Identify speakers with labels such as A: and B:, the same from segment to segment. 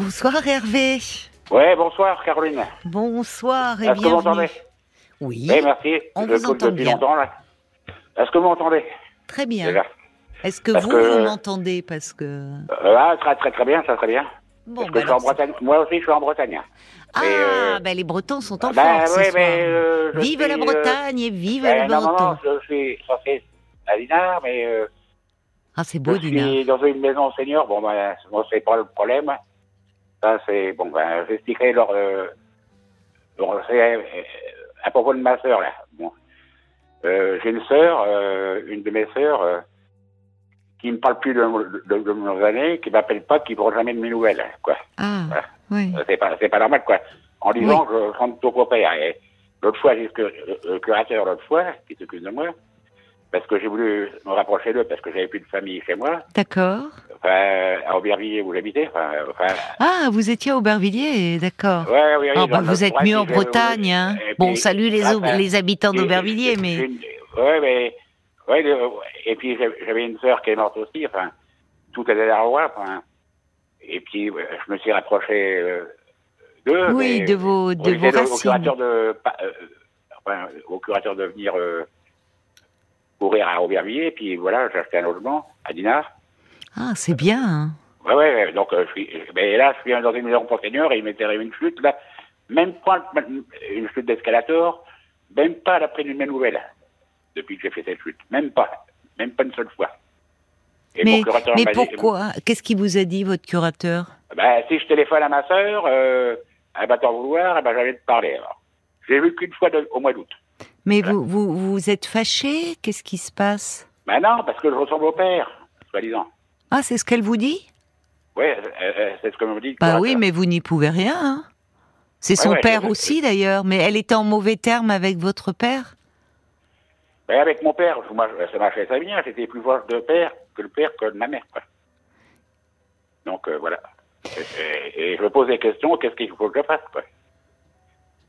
A: Bonsoir Hervé.
B: Ouais, bonsoir Caroline.
A: Bonsoir et
B: Est-ce que vous
A: bienvenue.
B: m'entendez
A: Oui,
B: Eh, merci.
A: on
B: Je
A: vous
B: coule
A: entend
B: depuis
A: bien.
B: longtemps, là. Est-ce que vous m'entendez
A: très bien.
B: déjà
A: Est-ce que
B: Parce
A: vous,
B: que-
A: vous m'entendez Parce que...
B: Euh, Ah, très très très bien, ça très bien.
A: Bon,
B: Parce que
A: bah
B: je suis en
A: alors,
B: Bretagne. Moi aussi, je suis en Bretagne.
A: c'est- Ah,
B: mais, euh,
A: bah, les Bretons sont en
B: Bah,
A: force
B: ouais,
A: ce soir.
B: mais, euh, je
A: vive
B: suis,
A: la
B: euh,
A: Bretagne et vive
B: ben,
A: le
B: non, non,
A: Breton.
B: non, je suis censé à Dinard, mais euh,
A: Ah, c'est
B: je
A: beau du Nord.
B: suis dans une maison senior. Bon, ben, moi, c'est pas le problème. Ça, c'est. Bon, ben, j'expliquerai leur. euh, leur- c'est, euh, à propos de ma sœur, là. Bon. Euh, J'ai une sœur, euh, une de mes sœurs, euh, qui me parle plus de, de, de nos années, qui m'appelle pas, qui ne prend jamais de mes nouvelles, quoi.
A: Ah, oui.
B: Euh, C'est pas, c'est pas normal, quoi. En disant, je rentre au copain. Et l'autre fois, j'ai eu euh, le, le curateur, l'autre fois, qui s'occupe de moi, parce que j'ai voulu me rapprocher d'eux, parce que j'avais plus de famille chez moi,
A: D'accord.
B: enfin, à Euh, Aubervilliers où j'habitais, enfin, enfin,
A: Ah, vous étiez à Aubervilliers, d'accord.
B: ouais, Aubervilliers,
A: Ah, bah,
B: dans le
A: vous êtes
B: Bretagne,
A: mieux en
B: j'ai-
A: Bretagne, hein.
B: Et puis-
A: Bon, salut les,
B: Ah,
A: Au-
B: ben,
A: les habitants
B: et-
A: d'Aubervilliers, mais...
B: j'ai- Ouais, mais, ouais, le- et puis j'ai- j'avais une sœur qui est morte aussi, enfin, tout allait la revoir, enfin, et puis ouais, je me suis rapproché euh, d'eux.
A: Oui,
B: mais-
A: de vos,
B: On
A: de vos
B: disait au- Au
A: racines.
B: curateur de, pa- euh, enfin, au curateur de venir euh, courir à Aubervilliers, et puis voilà, j'ai acheté un logement à Dinard.
A: Ah, c'est bien. hein.
B: Ouais, ouais, ouais, donc euh, je suis, mais là, je suis dans une maison pour seniors, et il m'était arrivé une chute, là, même pas une chute d'escalator, même pas la prise de mes nouvelles, depuis que j'ai fait cette chute, même pas, même pas une seule fois. Et mon
A: Mais,
B: curateur
A: mais
B: m'a dit-
A: pourquoi Qu'est-ce qu'il vous a dit, votre curateur
B: Ben, si je téléphone à ma sœur, euh, elle va t'en vouloir, eh ben, j'allais te parler, alors. J'ai vu qu'une fois de- au mois d'août.
A: Mais vous, vous, vous êtes fâché Qu'est-ce qui se passe
B: Ben non, parce que je ressemble au père, soi-disant.
A: Ah, c'est ce qu'elle vous dit
B: Oui, c'est ce que me dit. le
A: Bah
B: curateur.
A: oui, mais vous n'y pouvez rien. hein. C'est son
B: euh, ouais,
A: père
B: je-
A: aussi, d'ailleurs. Mais elle était en mauvais terme avec votre père
B: Ben, avec mon père, je- moi, je- ça m'a fait ça bien. J'étais plus proche de père que le père que de ma mère, quoi. Donc, euh, voilà. Et, et- et je me pose des questions, qu'est-ce qu'il faut que je fasse, quoi.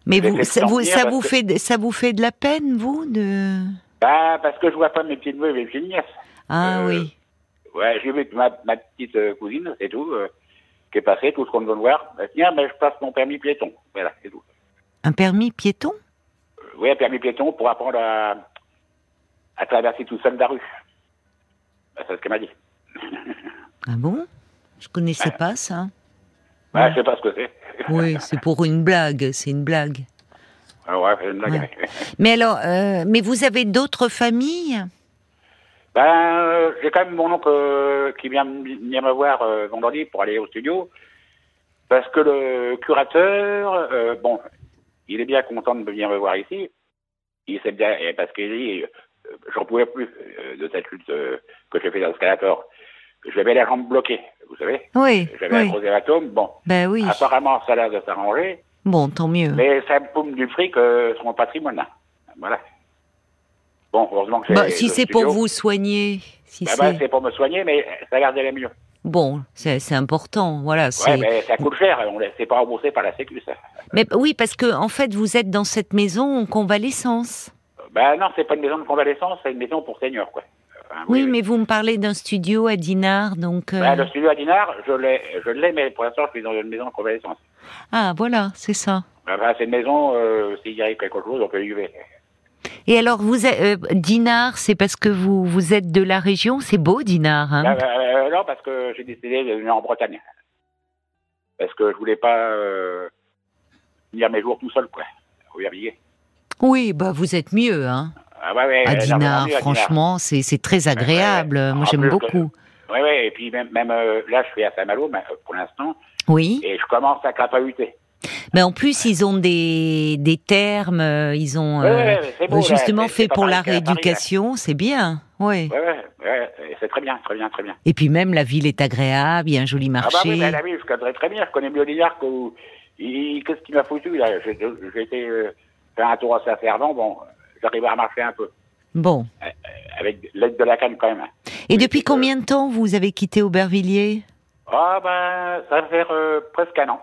A: Mais
B: Mais
A: vous,
B: c'est
A: ça
B: le
A: vous,
B: sortir
A: ça
B: parce
A: vous
B: que-
A: fait, de- ça vous fait de la peine, vous, de
B: Ben, parce que je vois pas mes petits neveux et mes petites nièces.
A: Ah
B: Euh,
A: oui.
B: Ouais, j'ai vu que ma, ma petite euh, cousine, c'est tout, euh, qui est passée, tout ce qu'on me donne voir. Ben, tiens, ben, je passe mon permis piéton. Voilà, c'est tout.
A: Un permis piéton
B: Oui, un permis piéton pour apprendre à, à traverser tout seul la rue. Ben, c'est ce qu'elle m'a dit.
A: Ah bon Je connaissais
B: Euh.
A: pas ça.
B: Ben, je sais pas ce que c'est.
A: Oui, c'est pour une blague. C'est une blague.
B: Ah ouais, c'est une blague.
A: Ouais. Mais alors, euh, mais vous avez d'autres familles
B: Ben, euh, j'ai quand même mon oncle euh, qui vient, m- venir me voir euh, vendredi pour aller au studio. Parce que le curateur, euh, bon, il est bien content de venir me voir ici. Il sait bien, et parce qu'il dit, euh, j'en pouvais plus euh, de cette lutte euh, que j'ai fait dans l'escalator. J'avais la jambe bloquée, vous savez.
A: Oui,
B: J'avais un
A: oui.
B: gros hématome. Bon,
A: Ben oui. Hum.
B: apparemment, ça a l'air de s'arranger.
A: Bon, tant mieux.
B: Mais ça me paume du fric euh, son patrimoine. Voilà. Bon, heureusement que
A: Bah,
B: j'ai
A: si
B: le
A: c'est pour
B: studio.
A: vous soigner, si
B: Bah,
A: c'est
B: bah, c'est pour me soigner, mais ça garde les mieux.
A: bon, c'est c'est important. Voilà,
B: Ouais,
A: c'est.
B: mais ben, ça coûte cher. On l'a- c'est pas remboursé par la Sécu, ça.
A: Mais oui, parce que en fait, vous êtes dans cette maison en convalescence.
B: Bah non, c'est pas une maison de convalescence, c'est une maison pour seniors, quoi. Ben, Enfin,
A: Oui, mais vous me parlez d'un studio à Dinard, donc. euh,
B: Bah, le studio à Dinard, je l'ai, je l'ai, mais pour l'instant, je suis dans une maison de convalescence.
A: Ah, voilà, c'est ça.
B: Bah, bah, c'est une maison, euh, s'il y arrive quelque chose, on peut y aller.
A: Et alors, vous êtes, euh, Dinard, c'est parce que vous vous êtes de la région. C'est beau, Dinard. Hein
B: Bah, bah, euh, non, parce que j'ai décidé de venir en Bretagne. Parce que je voulais pas euh, finir mes jours tout seul, quoi. Au Verbier.
A: oui, bah vous êtes mieux. Hein
B: Ah, bah, ouais,
A: à
B: largement
A: Dinard,
B: mieux à
A: franchement, c'est c'est très agréable.
B: ouais.
A: Moi,
B: En
A: j'aime
B: plus, euh,
A: beaucoup.
B: Oui, oui, et puis même, même euh, là, je suis à Saint-Malo mais, euh, pour l'instant,
A: Oui.
B: et je commence à crapahuter.
A: Mais en plus, ils ont des, des termes, euh, ils ont
B: Ouais,
A: euh,
B: ouais, ouais, c'est beau, là,
A: justement
B: c'est-
A: fait
B: c'est pas
A: pour la
B: pareil qu'à Paris, là.
A: rééducation, c'est bien, ouais.
B: Ouais, ouais, ouais, et c'est très bien, très bien, très bien.
A: Et puis même, la ville est agréable, il y a un joli
B: Ah bah oui,
A: marché.
B: mais la vie, je connais très bien, je connais mieux Lillard que... il- Qu'est-ce qu'il m'a foutu, là J'ai j'ai été euh, faire un tour à Saint-Servant, bon, j'arrive à marcher un peu,
A: Bon.
B: avec l'aide de la canne, quand même. hein.
A: Et
B: Oui,
A: depuis
B: c'est-
A: combien de temps vous avez quitté Aubervilliers
B: Ah ben, ça va faire euh, presque un an.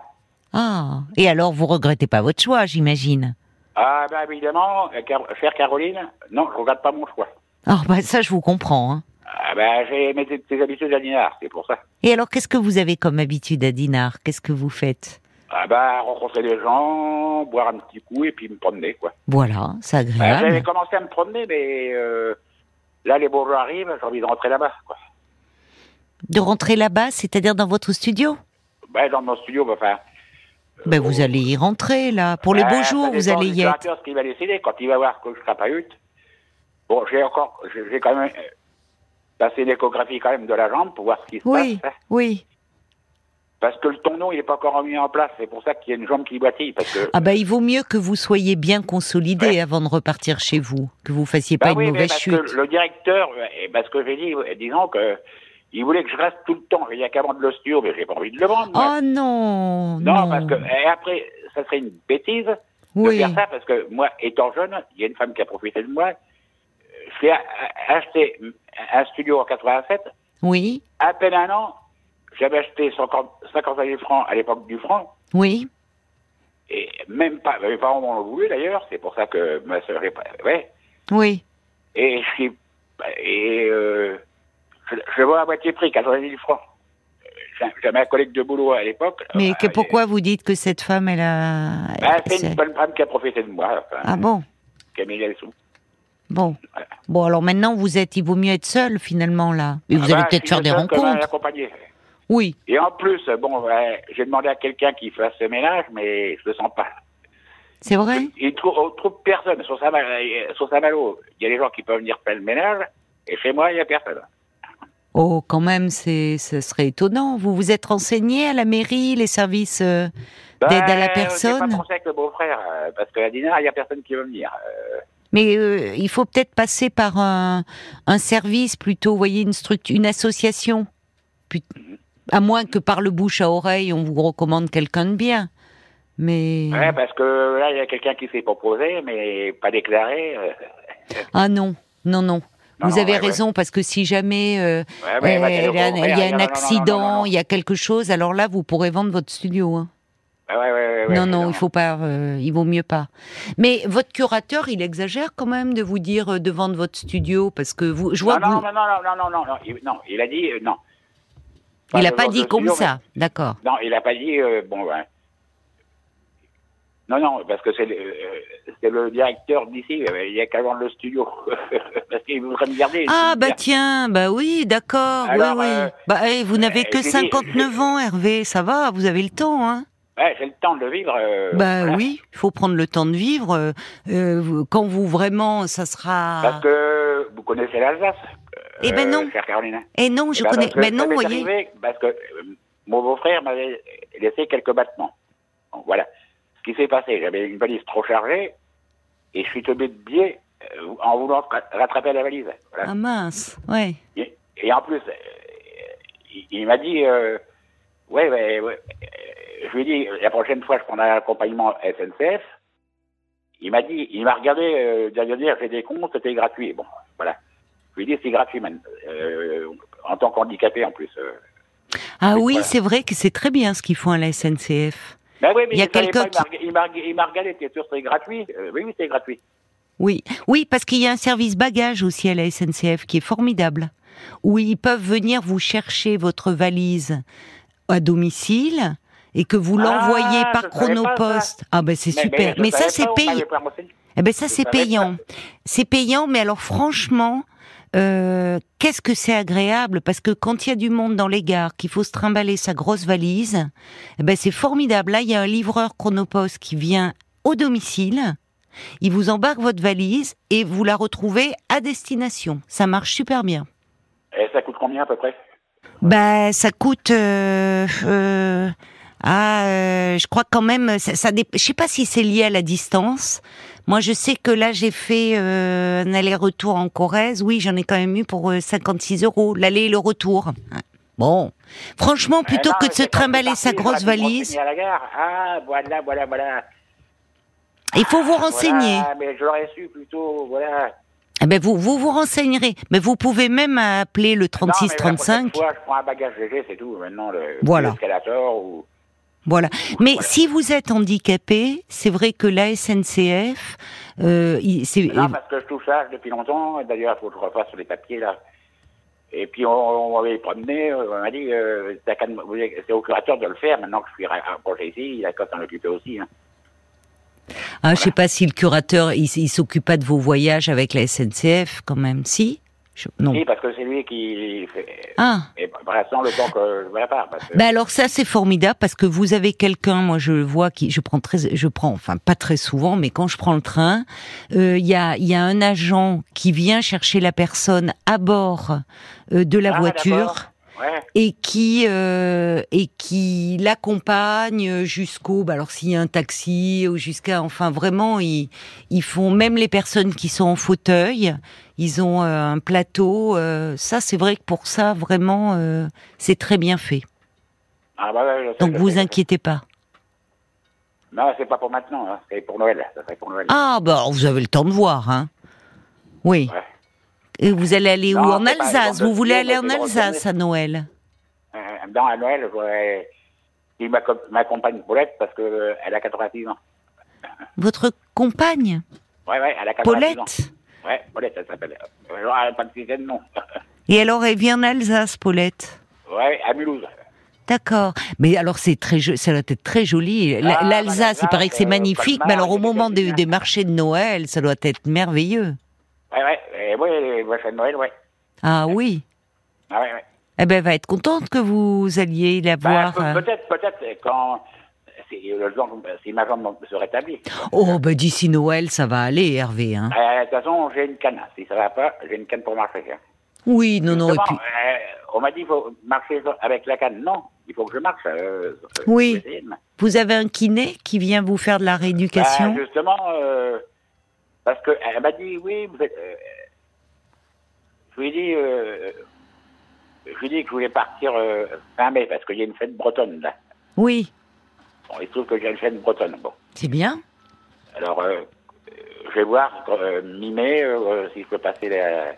A: Ah, et alors vous regrettez pas votre choix, j'imagine
B: Ah ben, évidemment, euh, Car- chère Caroline, non, je regarde pas mon choix.
A: Ah bah ça, je vous comprends. hein.
B: Ah ben, j'ai mes tes habitudes à Dinard, c'est pour ça.
A: Et alors, qu'est-ce que vous avez comme habitude à Dinard Qu'est-ce que vous faites
B: Ah ben, rencontrer des gens, boire un petit coup et puis me promener, quoi.
A: Voilà, c'est
B: Ben,
A: agréable.
B: J'avais commencé à me promener, mais euh, là, les bourgeois arrivent, j'ai envie de rentrer là-bas, quoi.
A: De rentrer là-bas, c'est-à-dire dans votre studio
B: Ben, dans mon studio, ben, enfin...
A: ben, Vous allez y rentrer, là. Pour les
B: ben,
A: beaux
B: ça
A: jours, vous
B: dépend
A: allez
B: du
A: y être.
B: curateur, ce qu'il va décider, quand il va voir que je crapahute... Bon, j'ai encore... J'ai j'ai quand même euh, passé l'échographie, quand même, de la jambe pour voir ce qui se
A: Oui,
B: passe. hein.
A: oui.
B: Parce que le tendon, il n'est pas encore mis en place. C'est pour ça qu'il y a une jambe qui boitille, parce que...
A: Ah ben, il vaut mieux que vous soyez bien consolidé
B: Ouais.
A: avant de repartir chez vous, que vous fassiez Ah, pas
B: Bah
A: une
B: oui, mais
A: mauvaise
B: parce
A: chute.
B: que le directeur, euh, eh ben, ce que j'ai dit, euh, disons que il voulait que je reste tout le temps. Il n'y a qu'à vendre l'ostio, mais j'ai pas envie de le vendre. moi.
A: Oh non,
B: non, parce que et après, ça serait une bêtise de
A: oui,
B: faire ça, parce que moi, étant jeune, il y a une femme qui a profité de moi. Je lui ai a- acheté un studio en 87.
A: oui,
B: À peine un an, j'avais acheté 50 50 000 francs à l'époque du franc.
A: oui.
B: Et même pas, mes parents m'ont voulu d'ailleurs, c'est pour ça que ma soeur est pas, ouais.
A: Oui,
B: Et je suis- et euh, je, je le vois à moitié prix, 90 000 francs. Euh, J'avais un collègue de boulot à l'époque.
A: mais
B: Euh,
A: que, pourquoi vous dites que cette femme, elle a...
B: bah, C'est une
A: c'est-
B: bonne femme qui a profité de moi, enfin,
A: Ah bon
B: qui a mis les sous.
A: Bon. Bon, alors maintenant, vous êtes, il vaut mieux être seul finalement là. Et vous
B: Ah
A: allez
B: bah,
A: peut-être
B: je suis
A: faire des
B: le seul que
A: rencontres.
B: l'accompagner.
A: Oui.
B: Et en plus, bon, ouais, j'ai demandé à quelqu'un qui fasse ce ménage, mais je le sens pas.
A: C'est vrai
B: Il trouve, on trouve personne sur Saint- euh, sur Saint-Malo. Il y a des gens qui peuvent venir faire le ménage, et chez moi, il n'y a personne.
A: Oh, quand même, c'est, ce serait étonnant. Vous vous êtes renseigné à la mairie, les services euh, d'aide à la
B: Ben, J'ai
A: personne.
B: pas pensé avec le beau-frère, euh, parce qu'à dîner, il n'y a personne qui veut venir. Euh,
A: Mais euh, il faut peut-être passer par un, un service plutôt, vous voyez, une structure, une association. Puis- à moins que par le bouche à oreille, on vous recommande quelqu'un de bien. Mais
B: Ouais, parce que là, il y a quelqu'un qui s'est proposé, mais pas déclaré. euh,
A: ah non, non, non.
B: Non,
A: vous
B: non,
A: avez
B: ouais,
A: raison parce que si jamais euh,
B: ouais, ouais,
A: Euh,
B: bah, t'es
A: il y a,
B: au
A: il y a un
B: courant, non, non, non, non, non,
A: accident,
B: non.
A: il y a quelque chose, alors là, vous pourrez vendre votre studio. hein.
B: Ouais, ouais, ouais, ouais,
A: non,
B: ouais,
A: non, il faut pas, euh, il vaut mieux pas. Mais votre curateur, il exagère quand même de vous dire euh, de vendre votre studio parce que vous, je vois
B: Non,
A: que
B: non,
A: vous-
B: non, non, non, non, non, non, il, non, il a dit euh, non.
A: il n'a
B: le
A: pas
B: jour
A: dit
B: de
A: comme
B: studio,
A: ça, d'accord.
B: mais- Non, il a pas dit, euh, bon, ben. Non, non, parce que c'est le, euh, c'est le directeur d'ici, euh, il y a qu'à vendre le studio. parce qu'il voudrait me garder.
A: Ah
B: je me
A: bah
B: dis,
A: tiens, bah oui, d'accord, oui,
B: Alors,
A: oui.
B: euh,
A: bah eh, vous n'avez
B: euh,
A: que
B: j'ai dit-
A: 59 ans, Hervé, ça va, vous avez le temps, hein.
B: Ouais, j'ai le temps de le vivre. euh,
A: Bah
B: voilà.
A: oui, il faut prendre le temps de vivre. euh, euh, vous- quand vous vraiment, ça
B: Parce
A: sera.
B: que vous connaissez l'Alsace. Euh,
A: Eh ben non.
B: Chère Caroline.
A: Eh non, je
B: Eh ben,
A: connais.
B: parce que
A: Mais
B: ça
A: non,
B: m'est
A: voyez.
B: arrivé parce que euh, mon beau-frère m'avait laissé quelques battements. Bon, voilà. Ce qui s'est passé, j'avais une valise trop chargée et je suis tombé de biais euh, en voulant ra- rattraper la valise. Voilà.
A: Ah mince, ouais.
B: Et, et en plus, euh, il, il m'a dit, euh, ouais, ouais, ouais. Euh, je lui ai dit, la prochaine fois, je prendrai un accompagnement SNCF. Il m'a dit, il m'a regardé, euh, derrière dire, j'ai des comptes, c'était gratuit. Bon, voilà. Je lui ai dit, c'est gratuit, man. Euh, en tant qu'handicapé, en plus. euh.
A: Ah
B: Donc,
A: oui,
B: voilà.
A: c'est vrai que c'est très bien ce qu'ils font à la SNCF.
B: Ben oui, mais
A: Il y a
B: je savais
A: quelqu'un
B: pas, Il m'a reg- il m'a- il m'a regardé, t'es sûr, c'est gratuit Euh, Oui, oui, c'est gratuit.
A: Oui, oui, parce qu'il y a un service bagage aussi à la SNCF qui est formidable, où ils peuvent venir vous chercher votre valise à domicile et que vous
B: Ah,
A: l'envoyez
B: je
A: par
B: savais pas
A: chronopost. Ah ben c'est
B: Mais-
A: super.
B: je
A: Mais ça
B: savais
A: c'est
B: pas, on
A: payant.
B: m'avait pas renseigné.
A: Eh ben ça c'est
B: savais pas.
A: payant. C'est payant, mais alors franchement, euh, qu'est-ce que c'est agréable Parce que quand il y a du monde dans les gares, qu'il faut se trimballer sa grosse valise, eh ben c'est formidable. Là, il y a un livreur Chronopost qui vient au domicile. Il vous embarque votre valise et vous la retrouvez à destination. Ça marche super bien.
B: Et Eh, ça coûte combien à peu près
A: Ben, ça coûte. euh, euh, ah, euh, je crois quand même. Ça, ça dé- Je sais pas si c'est lié à la distance. Moi, je sais que là, j'ai fait euh, un aller-retour en Corrèze. Oui, j'en ai quand même eu pour euh, 56 euros l'aller et le retour. Bon, franchement, plutôt
B: Eh ben,
A: que de se
B: c'est quand c'est
A: trimballer
B: parti,
A: sa
B: j'aurais
A: grosse
B: pu me
A: valise,
B: renseigner à la gare. Ah, voilà, voilà, voilà.
A: il faut vous renseigner.
B: Ah, Voilà, mais je l'aurais su plutôt, voilà.
A: Eh ben, vous, vous vous renseignerez. Mais vous pouvez même appeler le
B: Non, mais la
A: 36 35.
B: prochaine fois, je prends un bagage léger, c'est tout. Maintenant, le
A: Voilà.
B: l'escalator ou...
A: Voilà. Mais si vous êtes handicapé, c'est vrai que la SNCF, euh, il- c'est
B: Non, parce que je touche ça depuis longtemps. D'ailleurs, il faut que je refasse sur les papiers, là. Et puis on, on m'avait promené, on m'a dit, euh, t'as qu'à me- vous avez- c'est au curateur de le faire, maintenant que je suis ra- rapproché ici, il a qu'à s'en occuper aussi. Hein.
A: Ah, je sais pas si le curateur, il, s- il s'occupe pas de vos voyages avec la SNCF, quand même, si Je- Non.
B: Oui, parce que c'est lui qui fait...
A: Ah,
B: Et bah, bah, sans le temps que je me répare, parce que
A: Bah alors ça c'est formidable parce que vous avez quelqu'un, moi je le vois qui, je prends très, je prends, enfin pas très souvent, mais quand je prends le train, euh, il y a il y a un agent qui vient chercher la personne à bord euh, de la
B: Ah,
A: voiture
B: d'accord. ouais,
A: et qui euh, et qui l'accompagne jusqu'au bah alors s'il y a un taxi ou jusqu'à enfin vraiment ils ils font même les personnes qui sont en fauteuil ils ont euh, un plateau euh, ça c'est vrai que pour ça vraiment euh, c'est très bien fait
B: ah, bah, ouais, je sais,
A: donc
B: je
A: vous
B: sais, je
A: inquiétez pas
B: sais. Non, c'est pas pour maintenant, hein, c'est pour Noël. Ça serait pour Noël.
A: ah bah alors, vous avez le temps de voir hein oui
B: Ouais.
A: et vous allez aller où
B: Non,
A: en
B: c'est pas
A: Alsace
B: le temps de
A: vous voulez
B: venir,
A: aller
B: mais
A: en
B: c'est de retourner.
A: Alsace à Noël
B: Euh, dans à Noël, je voudrais qu'il m'accom- m'accompagne Paulette parce que euh, elle a 86 ans.
A: votre
B: Ah,
A: compagne
B: Ouais, ouais, elle a 86 ans.
A: Paulette
B: Ouais, Paulette, elle s'appelle. Euh, Alors, elle n'a pas de système, non.
A: et alors elle vient en Alsace Paulette
B: ouais, à Mulhouse.
A: D'accord. Mais alors, c'est très, jo- ça doit être très joli. L-
B: Ah,
A: L'Alsace, il
B: l'Alsace,
A: paraît que c'est
B: euh,
A: magnifique,
B: Colmar,
A: mais alors au
B: c'est
A: moment des,
B: bien.
A: des marchés de Noël, ça doit être merveilleux.
B: Ouais, ouais, et ouais, ouais, c'est Noël, ouais.
A: Ah oui.
B: Ah, ouais, ouais.
A: Eh ben, elle va être contente que vous alliez la
B: Bah,
A: voir.
B: peu-
A: euh.
B: peut-être, peut-être, euh, quand. Si, le genre- si ma jambe se rétablit.
A: Oh, ben d'ici Noël, ça va aller, Hervé. Hein.
B: Euh, de toute façon, j'ai une canne. Si ça va pas, j'ai une canne pour marcher. hein.
A: Oui, non, non. Et puis,
B: Justement, euh, on m'a dit qu'il faut marcher avec la canne. Non, il faut que je marche. euh, sur-
A: Oui.
B: sur les îles.
A: vous avez un kiné qui vient vous faire de la
B: Bah,
A: rééducation.
B: justement, euh, parce qu'elle m'a dit, oui, vous êtes... euh, je lui ai dit, euh, je lui ai dit que je voulais partir euh, fin mai, parce qu'il y a une fête bretonne, là.
A: Oui,
B: Bon, il se trouve que j'ai une fête bretonne. Bon,
A: c'est bien.
B: alors, euh, euh, je vais voir euh, mi-mai euh, si je peux passer la,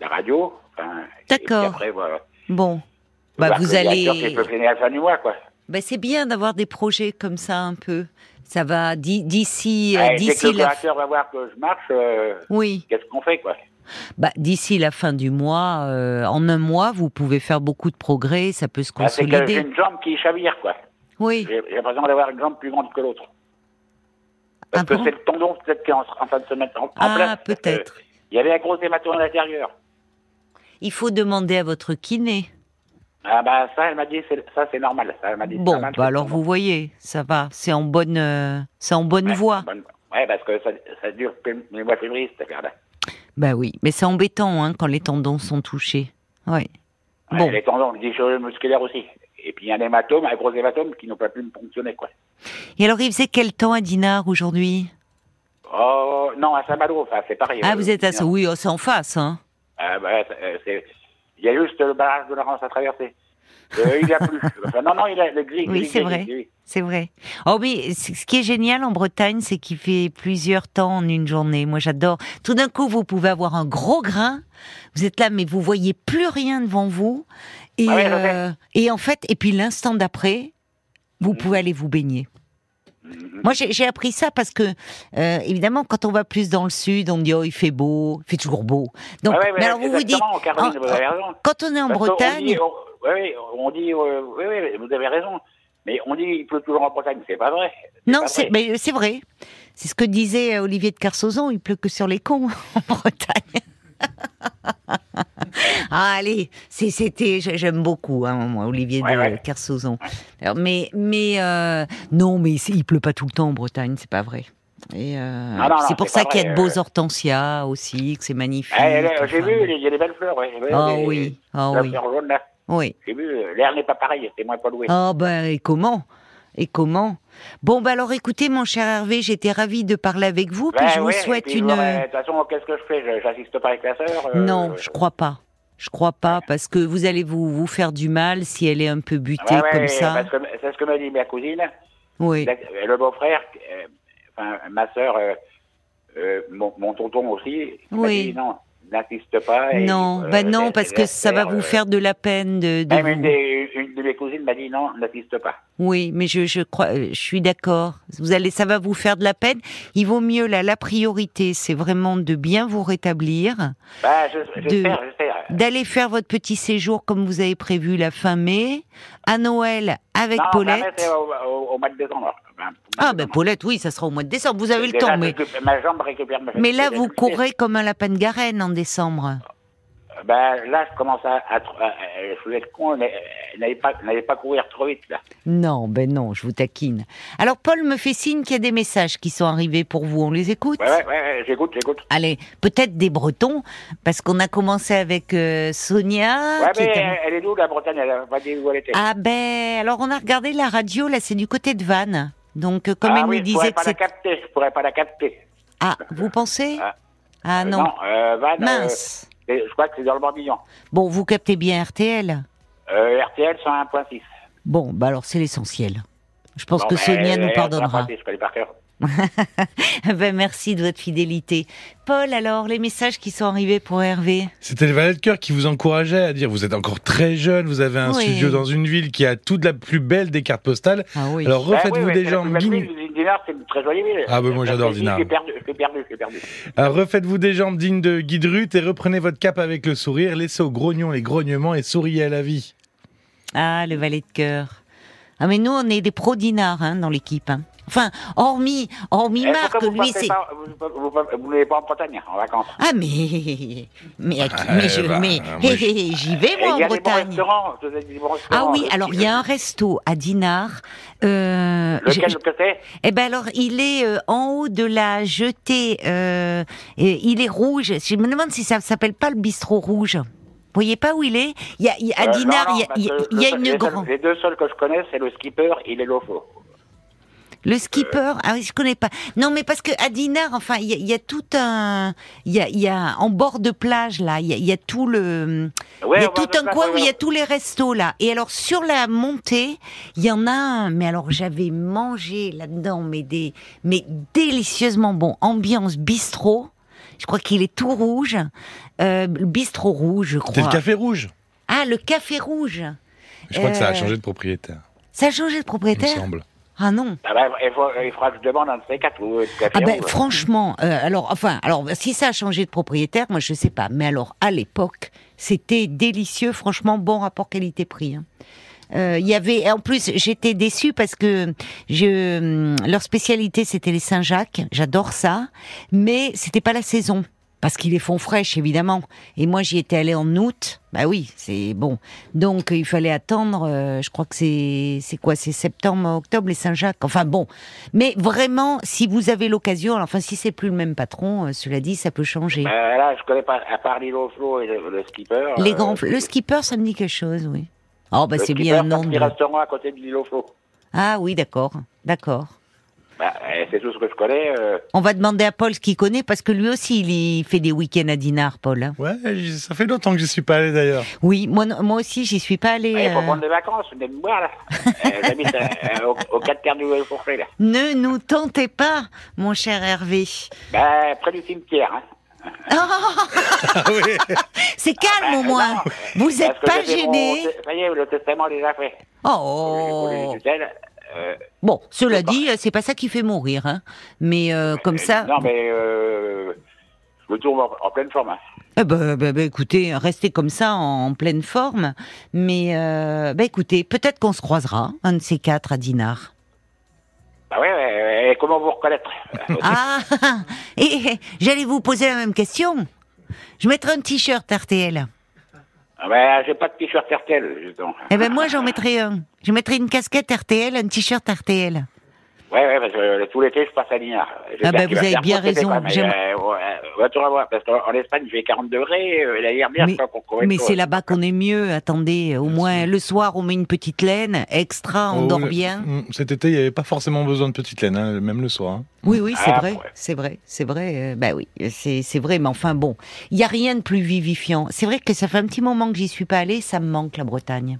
B: la radio. Enfin, et puis
A: D'accord.
B: après, voilà.
A: Bon. Bah,
B: Voir
A: vous
B: le directeur qui
A: allez.
B: peut finir à la fin du mois, quoi.
A: Bah, c'est bien d'avoir des projets comme ça un peu. Ça va d'i- d'ici, euh,
B: Ah, et dès que
A: d'ici
B: le
A: la.
B: directeur va voir que je marche, euh,
A: Oui.
B: qu'est-ce qu'on fait, quoi
A: Bah, D'ici la fin du mois, euh, en un mois, vous pouvez faire beaucoup de progrès, ça peut se
B: Ah, C'est que j'ai
A: consolider.
B: une jambe qui chavire, quoi.
A: Oui,
B: J'ai j'ai l'impression d'avoir une jambe plus grande que l'autre. Parce
A: Ah
B: que
A: bon
B: c'est le tendon peut-être qui est en, en train de se mettre en, en
A: Ah,
B: place. parce que
A: peut-être.
B: Il y avait un gros hématome à l'intérieur.
A: il faut demander à votre kiné.
B: Ah bah ça, elle m'a dit, c'est- ça c'est normal. Ça, elle m'a dit, c'est
A: Bon,
B: normal,
A: bah
B: c'est
A: alors
B: normal.
A: vous voyez, ça va, c'est en bonne, euh, c'est en bonne
B: Ouais,
A: voie.
B: bonne- ouais, parce que ça, ça dure que les mois de février, cette affaire-là.
A: Bah oui, mais c'est embêtant hein, quand les tendons sont touchés. Oui.
B: Ouais,
A: Bon,
B: Les tendons, les déchirures musculaires aussi. Et puis il y a un hématome, un gros hématome qui n'a pas pu me fonctionner, quoi.
A: et alors il faisait quel temps à Dinard aujourd'hui
B: Oh, non, à Saint-Malo, enfin, c'est pareil.
A: Ah,
B: euh,
A: vous êtes à ça,
B: non.
A: oui, oh, c'est en face. Hein.
B: Ah, bah, euh, c'est- il y a juste le barrage de la Rance à traverser. Euh, il a plu. Enfin, non, non, il a le gris.
A: Oui,
B: gris,
A: c'est
B: gris,
A: vrai.
B: gris, gris.
A: C'est vrai. Oh mais c- ce qui est génial en Bretagne, c'est qu'il fait plusieurs temps en une journée. Moi, j'adore. Tout d'un coup, vous pouvez avoir un gros grain. Vous êtes là, mais vous voyez plus rien devant vous. Et,
B: Ah ouais, je sais.
A: euh, et en fait, et puis l'instant d'après, vous
B: Mm.
A: pouvez aller vous baigner.
B: Mhm.
A: Moi, j'ai j'ai appris ça parce que, euh, évidemment, quand on va plus dans le sud, on dit oh il fait beau, il fait toujours beau. Donc,
B: Ah Ouais, ouais,
A: mais alors vous vous dites,
B: exactement, Caroline,
A: en-
B: vous avez raison.
A: quand on est en
B: Parce qu'on
A: Bretagne,
B: dit, on- ouais, ouais, on dit, euh, ouais, ouais, vous avez raison. Mais on dit, il pleut toujours en Bretagne, c'est pas vrai.
A: Non,
B: pas
A: c'est
B: vrai.
A: mais c'est vrai. C'est ce que disait euh, Olivier de Carsozon, il pleut que sur les cons en Bretagne. ah, allez, c'est- c'était j'ai- j'aime beaucoup hein, moi, Olivier
B: Ouais,
A: de
B: ouais.
A: Carsozon. Alors, mais mais euh, non, mais c'est- il pleut pas tout le temps en Bretagne, c'est pas vrai. Et euh,
B: Ah, Non, non, non,
A: c'est pour
B: c'est
A: ça
B: pas
A: qu'il y a
B: vrai,
A: de beaux
B: euh.
A: hortensias aussi, que Ah c'est magnifique.
B: Eh, là, J'ai
A: enfin,
B: vu,
A: bon.
B: il y a des belles fleurs. ouais, ouais,
A: Ah
B: les-
A: oui, ah
B: la
A: oui,
B: fleur jaune, là.
A: oui.
B: J'ai vu, euh, l'air n'est pas pareil, c'est moins pollué.
A: Ah ben et comment Et comment Bon bah alors écoutez mon cher Hervé, j'étais ravie de parler avec vous, puis
B: Ben
A: je vous
B: ouais,
A: souhaite
B: et puis,
A: une
B: bon, ben, De toute façon, qu'est-ce que je fais Je- J'assiste pas avec la sœur euh,
A: Non, je crois pas. Je crois pas parce que vous allez vous vous faire du mal si elle est un peu butée
B: ouais, ouais,
A: comme ça.
B: parce que C'est ce que m'a dit ma cousine.
A: Oui.
B: La- Le beau-frère, euh, enfin, ma sœur, euh, euh, mon, mon tonton aussi, il m'a
A: Oui.
B: dit non, n'insiste pas. et,
A: Non,
B: euh,
A: bah non
B: laisse-
A: parce que
B: laisse
A: ça va
B: faire,
A: vous
B: euh,
A: faire de la peine de, de
B: Même une,
A: vous-
B: des- une de mes cousines m'a dit non, n'insiste pas.
A: Oui, mais je je crois euh, je suis d'accord. Vous allez ça va vous faire de la peine. Il vaut mieux là la priorité, c'est vraiment de bien vous rétablir.
B: Bah, je- j'espère, j'espère.
A: d'aller faire votre petit séjour comme vous avez prévu la fin mai, à Noël avec
B: Non, on va
A: Paulette.
B: mettre au, au- au mois de décembre. Ben, au mois
A: Ah
B: de
A: ben
B: décembre.
A: Paulette, oui, ça sera au mois de décembre. Vous avez le
B: Déjà,
A: temps, mais
B: récup- Ma jambe récupère ma
A: mais là
B: j'ai
A: vous
B: récupéré.
A: courez comme un lapin de garenne en décembre.
B: Ben, là, je commence à. à tr- à- à- je voulais être con, mais euh, n'allez pas, n'allez pas courir trop vite, là.
A: Non, ben non, je vous taquine. Alors Paul me fait signe qu'il y a des messages qui sont arrivés pour vous. On les écoute.
B: Ouais, ouais, ouais, ouais, j'écoute, j'écoute.
A: Allez, peut-être des Bretons, parce qu'on a commencé avec euh, Sonia.
B: ouais,
A: qui
B: mais
A: est un-
B: elle, elle est d'où, la Bretagne Elle a pas dit où elle était.
A: Ah ben, alors on a regardé la radio, là c'est du côté de Vannes. Donc euh, comme
B: Ah
A: elle
B: oui,
A: nous
B: je pourrais
A: disait que
B: pas la
A: c'est...
B: capter, je pourrais pas la capter.
A: Ah, vous pensez
B: Ah.
A: Ah
B: Euh,
A: non,
B: euh, Van, euh,
A: mince.
B: c'est- je crois que c'est dans le Morbihan.
A: Bon, vous captez bien RTL.
B: Euh, RTL 101.6.
A: Bon, bah alors c'est l'essentiel. Je pense
B: Bon,
A: que
B: ben,
A: Sonia nous
B: RTL
A: pardonnera.
B: 101.6, Je connais par cœur.
A: ben merci de votre fidélité. Paul, alors, les messages qui sont arrivés pour Hervé
C: C'était le valet de cœur qui vous encourageait à dire vous êtes encore très jeune, vous avez un
A: Oui.
C: studio dans une ville qui a toute la plus belle des cartes postales.
A: Ah oui.
C: Alors
B: Ben
C: refaites-vous des jambes, guignol.
B: Dinard, c'est une très jolie ville.
C: Ah, ben, moi,
B: Je
C: j'adore
B: suis-
C: Dinard.
B: Je suis perdu, je suis perdu, je suis perdu.
C: Ah, Refaites-vous des jambes dignes de Guy de Ruth et reprenez votre cap avec le sourire, laissez aux grognons les grognements et souriez à la vie.
A: Ah, le valet de cœur. Ah, mais nous, on est des pro-dinars hein, dans l'équipe. hein. Enfin, hormis, hormis
B: Eh,
A: Marc,
B: pourquoi vous
A: lui,
B: partez
A: c'est...
B: pas- vous- vous- vous- Vous n'allez pas en Bretagne, en vacances.
A: Ah, mais... Mais, à qui-
C: Ah,
A: mais je-
C: bah,
A: mais-
C: moi,
A: hé,
C: je-
A: hé, hé, j'y vais,
B: Et
A: moi,
B: Eh, il y
A: en
B: a des bons
A: Bretagne.
B: restaurants, je vous ai dit des bons
A: Ah
B: restaurants.
A: oui, alors il y a un resto à Dinard. Euh, je-
B: Lequel
A: je-
B: que c'est
A: eh ben alors, il est euh, en haut de la jetée. euh, et il est rouge. Je me demande si ça s'appelle pas le bistrot rouge. Vous voyez pas où il est Il y a, il y a- à
B: Euh,
A: Dinard,
B: non, euh, non,
A: il y a- il
B: parce
A: y a,
B: que
A: il y a
B: le seul-
A: une
B: les seuls-
A: grande.
B: Les deux seuls que je connais, c'est le skipper et les lofos. euh.
A: Le skipper, ah oui, je connais pas. Non, mais parce que à Dinard, enfin, il y, a- il y a tout un, il y a, il y a en bord de plage là, il y a, il y a tout le,
B: Ouais,
A: il y a
B: on va
A: tout un
B: faire
A: coin
B: ça,
A: où il y a
B: ouais.
A: tous les restos là. Et alors sur la montée, il y en a un. Mais alors j'avais mangé là-dedans, mais des, mais délicieusement bon. Ambiance bistrot. Je crois qu'il est tout rouge, euh, le bistrot rouge, je
C: C'était
A: crois.
C: le café rouge.
A: ah, le café rouge.
C: Je crois que ça
A: Euh,
C: a changé de propriétaire,
A: Ça a changé de
C: il me
A: propriétaire
C: semble.
A: Ah non.
B: Ah ben, il, faut- il faudra que je demande un de ces quatre. ou, euh, café
A: Ah ben
B: rouge.
A: franchement, euh, alors enfin, alors si ça a changé de propriétaire, moi je sais pas, mais alors à l'époque, c'était délicieux, franchement bon rapport qualité-prix. hein. Euh, Il y avait, et en plus, j'étais déçue parce que je, hum, leur spécialité c'était les Saint-Jacques, j'adore ça, mais c'était pas la saison parce qu'ils les font fraîches évidemment. Et moi j'y étais allée en août, bah oui, c'est bon. Donc il fallait attendre, euh, je crois que c'est c'est quoi, c'est septembre, octobre les Saint-Jacques. Enfin bon, mais vraiment, si vous avez l'occasion, alors, enfin si c'est plus le même patron, euh, cela dit, ça peut changer.
B: Euh, là, je connais pas, à part les lofos et le, le skipper.
A: Les
B: euh,
A: grands, le skipper, ça me dit quelque chose, oui. Oh bah
B: le
A: c'est
B: skipper,
A: bien un
B: c'est
A: nom.
B: un petit
A: de-
B: restaurant à côté de l'île aux flots.
A: Ah oui, d'accord, d'accord.
B: Bah, euh, c'est tout ce que je connais. euh.
A: On va demander à Paul ce qu'il connaît parce que lui aussi il y fait des week-ends à Dinard, Paul. hein.
C: Ouais, j- ça fait longtemps que je suis pas allé d'ailleurs.
A: Oui, moi, non- moi aussi j'y suis pas allée.
B: Ah, il faut
A: euh,
B: prendre des vacances, venez me voir là. Euh, J'habite euh, au, au 4 quarts du Fourclay là.
A: Ne nous tentez pas, mon cher Hervé. Oh.
B: Bah, près du cimetière. Hein.
C: Ah oui.
A: C'est calme au moins. Vous
B: Ah, bah,
A: êtes
B: Parce que
A: pas
B: j'ai fait mon
A: gêné.
B: te- Ça y est, le testament est déjà fait. Pour les- pour
A: Oh.
B: les tutelles, euh,
A: Bon, cela
B: c'est pas-
A: dit, euh, c'est pas ça qui fait mourir, hein. Mais euh, comme
B: euh,
A: ça.
B: Non, mais euh, je me tourne en, en pleine forme. hein.
A: Eh ben, ben, ben, écoutez, restez comme ça en, en pleine forme. Mais euh, ben, écoutez, peut-être qu'on se croisera, un de ces quatre à Dinard.
B: Bah ouais, ouais, ouais, et comment vous reconnaître Euh,
A: Ah, et j'allais vous poser la même question. Je mettrai un t-shirt RTL.
B: Ah Bah, j'ai pas de t-shirt RTL, justement.
A: Eh ben moi, j'en mettrai un. Je mettrai une casquette RTL, un t-shirt RTL.
B: Ouais, ouais, parce que euh, tout l'été, je passe à Dinard. J'espère
A: Ah bah,
B: qu'il va
A: vous avez
B: faire
A: bien
B: beau cet été,
A: raison.
B: quoi, mais,
A: J'aime-
B: euh, ouais, on va tout revoir, parce qu'en en Espagne, il fait 40 degrés, euh, et la dernière,
A: Mais-
B: je crois qu'on courait
A: Mais
B: trop.
A: c'est là-bas qu'on est mieux. Attendez, au moins le soir, on met une petite laine extra, on
C: Oh,
A: dort
C: le-
A: bien.
C: Mm, Cet été, il n'y avait pas forcément besoin de petite laine, hein, même le soir. hein.
A: Oui, oui, c'est
B: Ah,
A: vrai,
B: ouais.
A: c'est vrai, c'est vrai. euh, bah oui, c'est c'est vrai, mais enfin bon, il y a rien de plus vivifiant. C'est vrai que ça fait un petit moment que j'y suis pas allée, ça me manque la Bretagne.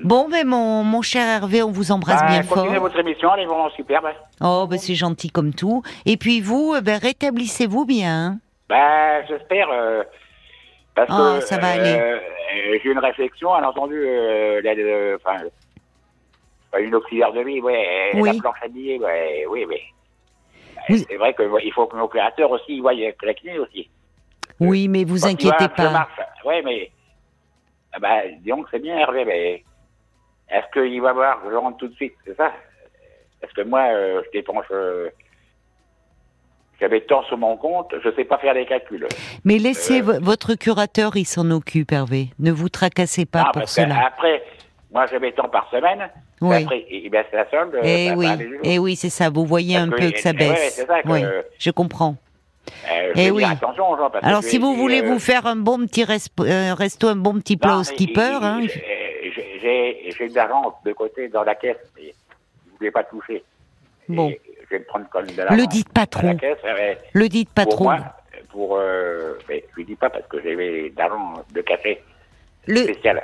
A: Bon, mais mon, mon cher Hervé, on vous embrasse
B: Bah,
A: bien
B: continuez
A: fort.
B: votre émission, elle est vraiment superbe.
A: Oh, ben c'est gentil comme tout. Et puis vous, euh, ben, rétablissez-vous bien.
B: Bah, j'espère. euh, parce
A: Ah,
B: que
A: ça va
B: euh,
A: aller.
B: euh, j'ai une réflexion, elle a entendu euh, la- le- enfin, le- pas une auxiliaire de vie, ouais,
A: Oui.
B: la planche à billets, ouais, oui, oui.
A: Vous-
B: C'est vrai qu'il faut que l'opérateur aussi voie que la kiné aussi.
A: Oui, mais vous
B: Quand il
A: inquiétez
B: marche, Euh, bah, je
A: pas.
B: marche. Ouais, mais. Ah bah, disons que c'est bien, Hervé, mais. Est-ce qu'il va voir que je rentre tout de suite, c'est ça Parce que moi, euh, je dépense. euh, J'avais tant sur mon compte, je sais pas faire les calculs.
A: Mais laissez vo- votre curateur, il s'en occupe, Hervé. Ne vous tracassez pas
B: Ah,
A: pour
B: parce que
A: cela.
B: Après, moi, j'avais tant par semaine.
A: Oui.
B: Après, il il baisse la solde.
A: Eh
B: ça va
A: oui,
B: aller jusqu'au-
A: eh oui, c'est ça. Vous voyez
B: Parce
A: un
B: que
A: peu
B: oui,
A: que ça
B: eh ouais,
A: baisse.
B: c'est ça que-
A: Oui, je comprends.
B: Euh, je
A: Eh
B: vais
A: oui.
B: dire attention, Jean, parce que
A: Alors,
B: je
A: si
B: vais-
A: vous voulez
B: euh,
A: vous faire un bon petit resp- euh, resto, un bon petit plat
B: non,
A: au
B: mais
A: skipper,
B: Bah, il-
A: hein,
B: il- j'ai- J'ai j'ai de l'argent de côté dans la caisse, mais je ne l'ai pas touché.
A: Bon.
B: Et Je vais me prendre comme de l'argent.
A: le dites pas
B: à La
A: trop.
B: caisse, eh ben,
A: Le dites pas
B: pour
A: trop.
B: moi, pour, euh, mais je ne dis pas parce que j'avais de l'argent de café
A: Le,
B: spécial.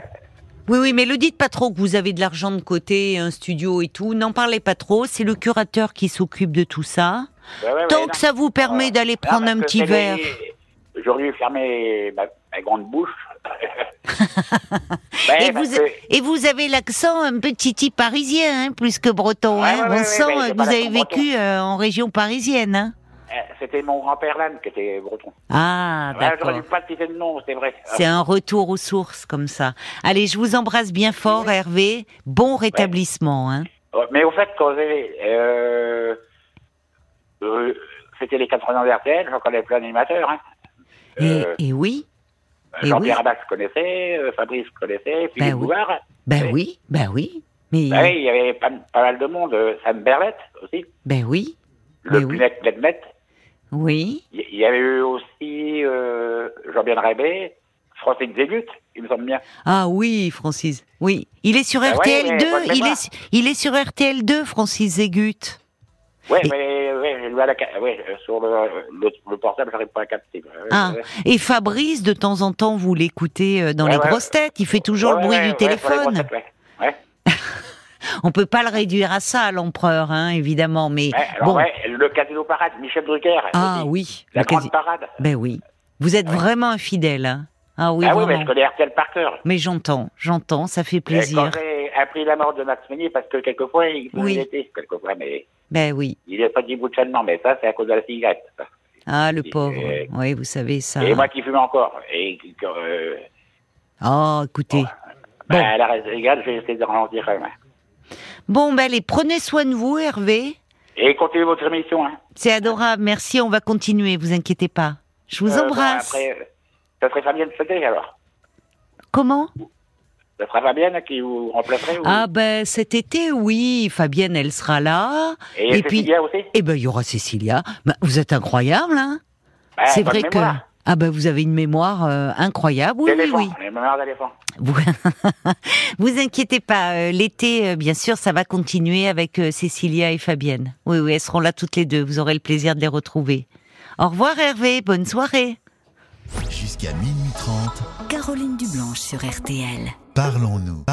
A: Oui, oui, mais le dites pas trop que vous avez de l'argent de côté, un studio et tout. N'en parlez pas trop. C'est le curateur qui s'occupe de tout ça.
B: Ouais, Ah ouais, ouais,
A: Tant
B: non.
A: que ça vous permet
B: Non,
A: d'aller prendre
B: parce
A: un
B: que
A: petit
B: c'est
A: verre.
B: les- J'aurais dû fermer ma, ma grande bouche. Ben,
A: Et
B: parce
A: vous,
B: que-
A: et vous avez l'accent un peu titi parisien, hein, plus que breton.
B: Ouais,
A: hein.
B: ouais,
A: On
B: ouais, ouais,
A: sent
B: ouais,
A: euh,
B: c'est
A: que
B: pas
A: vous avez
B: l'accent breton.
A: vécu euh, en région parisienne. hein.
B: Euh, C'était mon grand-père Lannes qui était breton.
A: Ah,
B: Ouais, J'aurais
A: d'accord.
B: dû pas te citer le nom, c'est vrai.
A: C'est un retour aux sources comme ça. Allez, je vous embrasse bien fort, Hervé. Bon rétablissement. hein.
B: Ouais, Mais au fait, quand j'ai... Euh, euh, C'était les 80 ans d'RTL, j'en connais plein d'animateurs. Hein.
A: Et,
B: Euh,
A: et oui, et
B: Jean-Pierre
A: Eh oui.
B: Abad, je connaissais, euh, Fabrice, je connaissais,
A: oui.
B: Philippe Bouvard.
A: ben
B: ouais.
A: oui, ben oui. Mais
B: Bah oui, il y avait pas, pas mal de monde. euh, Sam Berlet aussi,
A: ben oui,
B: le
A: Mais oui.
B: plus net d'admettre.
A: oui.
B: Il y- il y avait eu aussi euh, Jean-Bien Rébé, Francine Zégut, il me semble bien.
A: Ah oui, Francis. Oui, il est sur
B: Ah ouais,
A: RTL2.
B: mais bonne
A: il
B: mémoire.
A: est il est sur RTL2, Francis Zégut.
B: Ouais,
A: Et-
B: mais ouais, je lui ai la ca- ouais, euh, sur le, le, le portable, j'arrive pas à capter. Ouais,
A: Ah,
B: ouais.
A: et Fabrice, de temps en temps, vous l'écoutez euh, dans
B: Ouais,
A: les
B: ouais.
A: grosses têtes. Il fait toujours
B: Ouais,
A: le bruit
B: ouais,
A: du
B: ouais, sur les
A: téléphone.
B: grosses têtes, ouais. Ouais.
A: On peut pas le réduire à ça, à l'empereur, hein, évidemment. Mais
B: Ouais, alors,
A: bon.
B: ouais, le casino parade, Michel Drucker.
A: ah
B: aussi.
A: oui.
B: La
A: le
B: grande
A: quasi-
B: parade.
A: Ben oui. Vous êtes vraiment infidèle. hein. Ah oui,
B: ah oui,
A: vraiment.
B: mais je connais RTL par cœur.
A: mais j'entends, j'entends. Ça fait
B: Et Quand
A: plaisir.
B: j'ai appris la mort de Max Meunier, parce que quelquefois, il faut
A: Oui.
B: il était, quelquefois, mais
A: Ben oui.
B: il n'est pas dit bout de chaînement, mais ça, c'est à cause de la cigarette. ça.
A: Ah, le
B: Et-
A: pauvre. Oui, vous savez ça.
B: Et moi qui fume encore. Et qui- que, euh,
A: Oh, écoutez.
B: bah,
A: Bon.
B: à la régale, j'ai essayé de ralentir quand même.
A: Bon, ben allez, prenez soin de vous, Hervé.
B: Et continuez votre émission. Hein.
A: C'est adorable, merci, on va continuer, vous inquiétez pas. Je vous
B: Euh, bon,
A: embrasse.
B: après, euh, ça serait Fabienne Sauté, alors.
A: Comment
B: Ça serait Fabienne qui vous remplacerait. ou-
A: Ah ben cet été, oui, Fabienne, elle sera là.
B: et,
A: et puis-
B: Cécilia aussi.
A: Et ben il y aura Cécilia. Ben, vous êtes incroyable, hein
B: Bah,
A: C'est
B: bonne
A: vrai que...
B: mémoire.
A: Ah ben vous avez une mémoire euh, incroyable, oui, oui,
B: D'éléphant,
A: oui.
B: les mémoires d'éléphant.
A: Vous, vous inquiétez pas, euh, l'été, euh, bien sûr, ça va continuer avec euh, Cécilia et Fabienne. Oui, oui, elles seront là toutes les deux, vous aurez le plaisir de les retrouver. Au revoir Hervé, bonne soirée.
D: Jusqu'à minuit 30,
E: Caroline Dublanche sur RTL.
D: parlons-nous.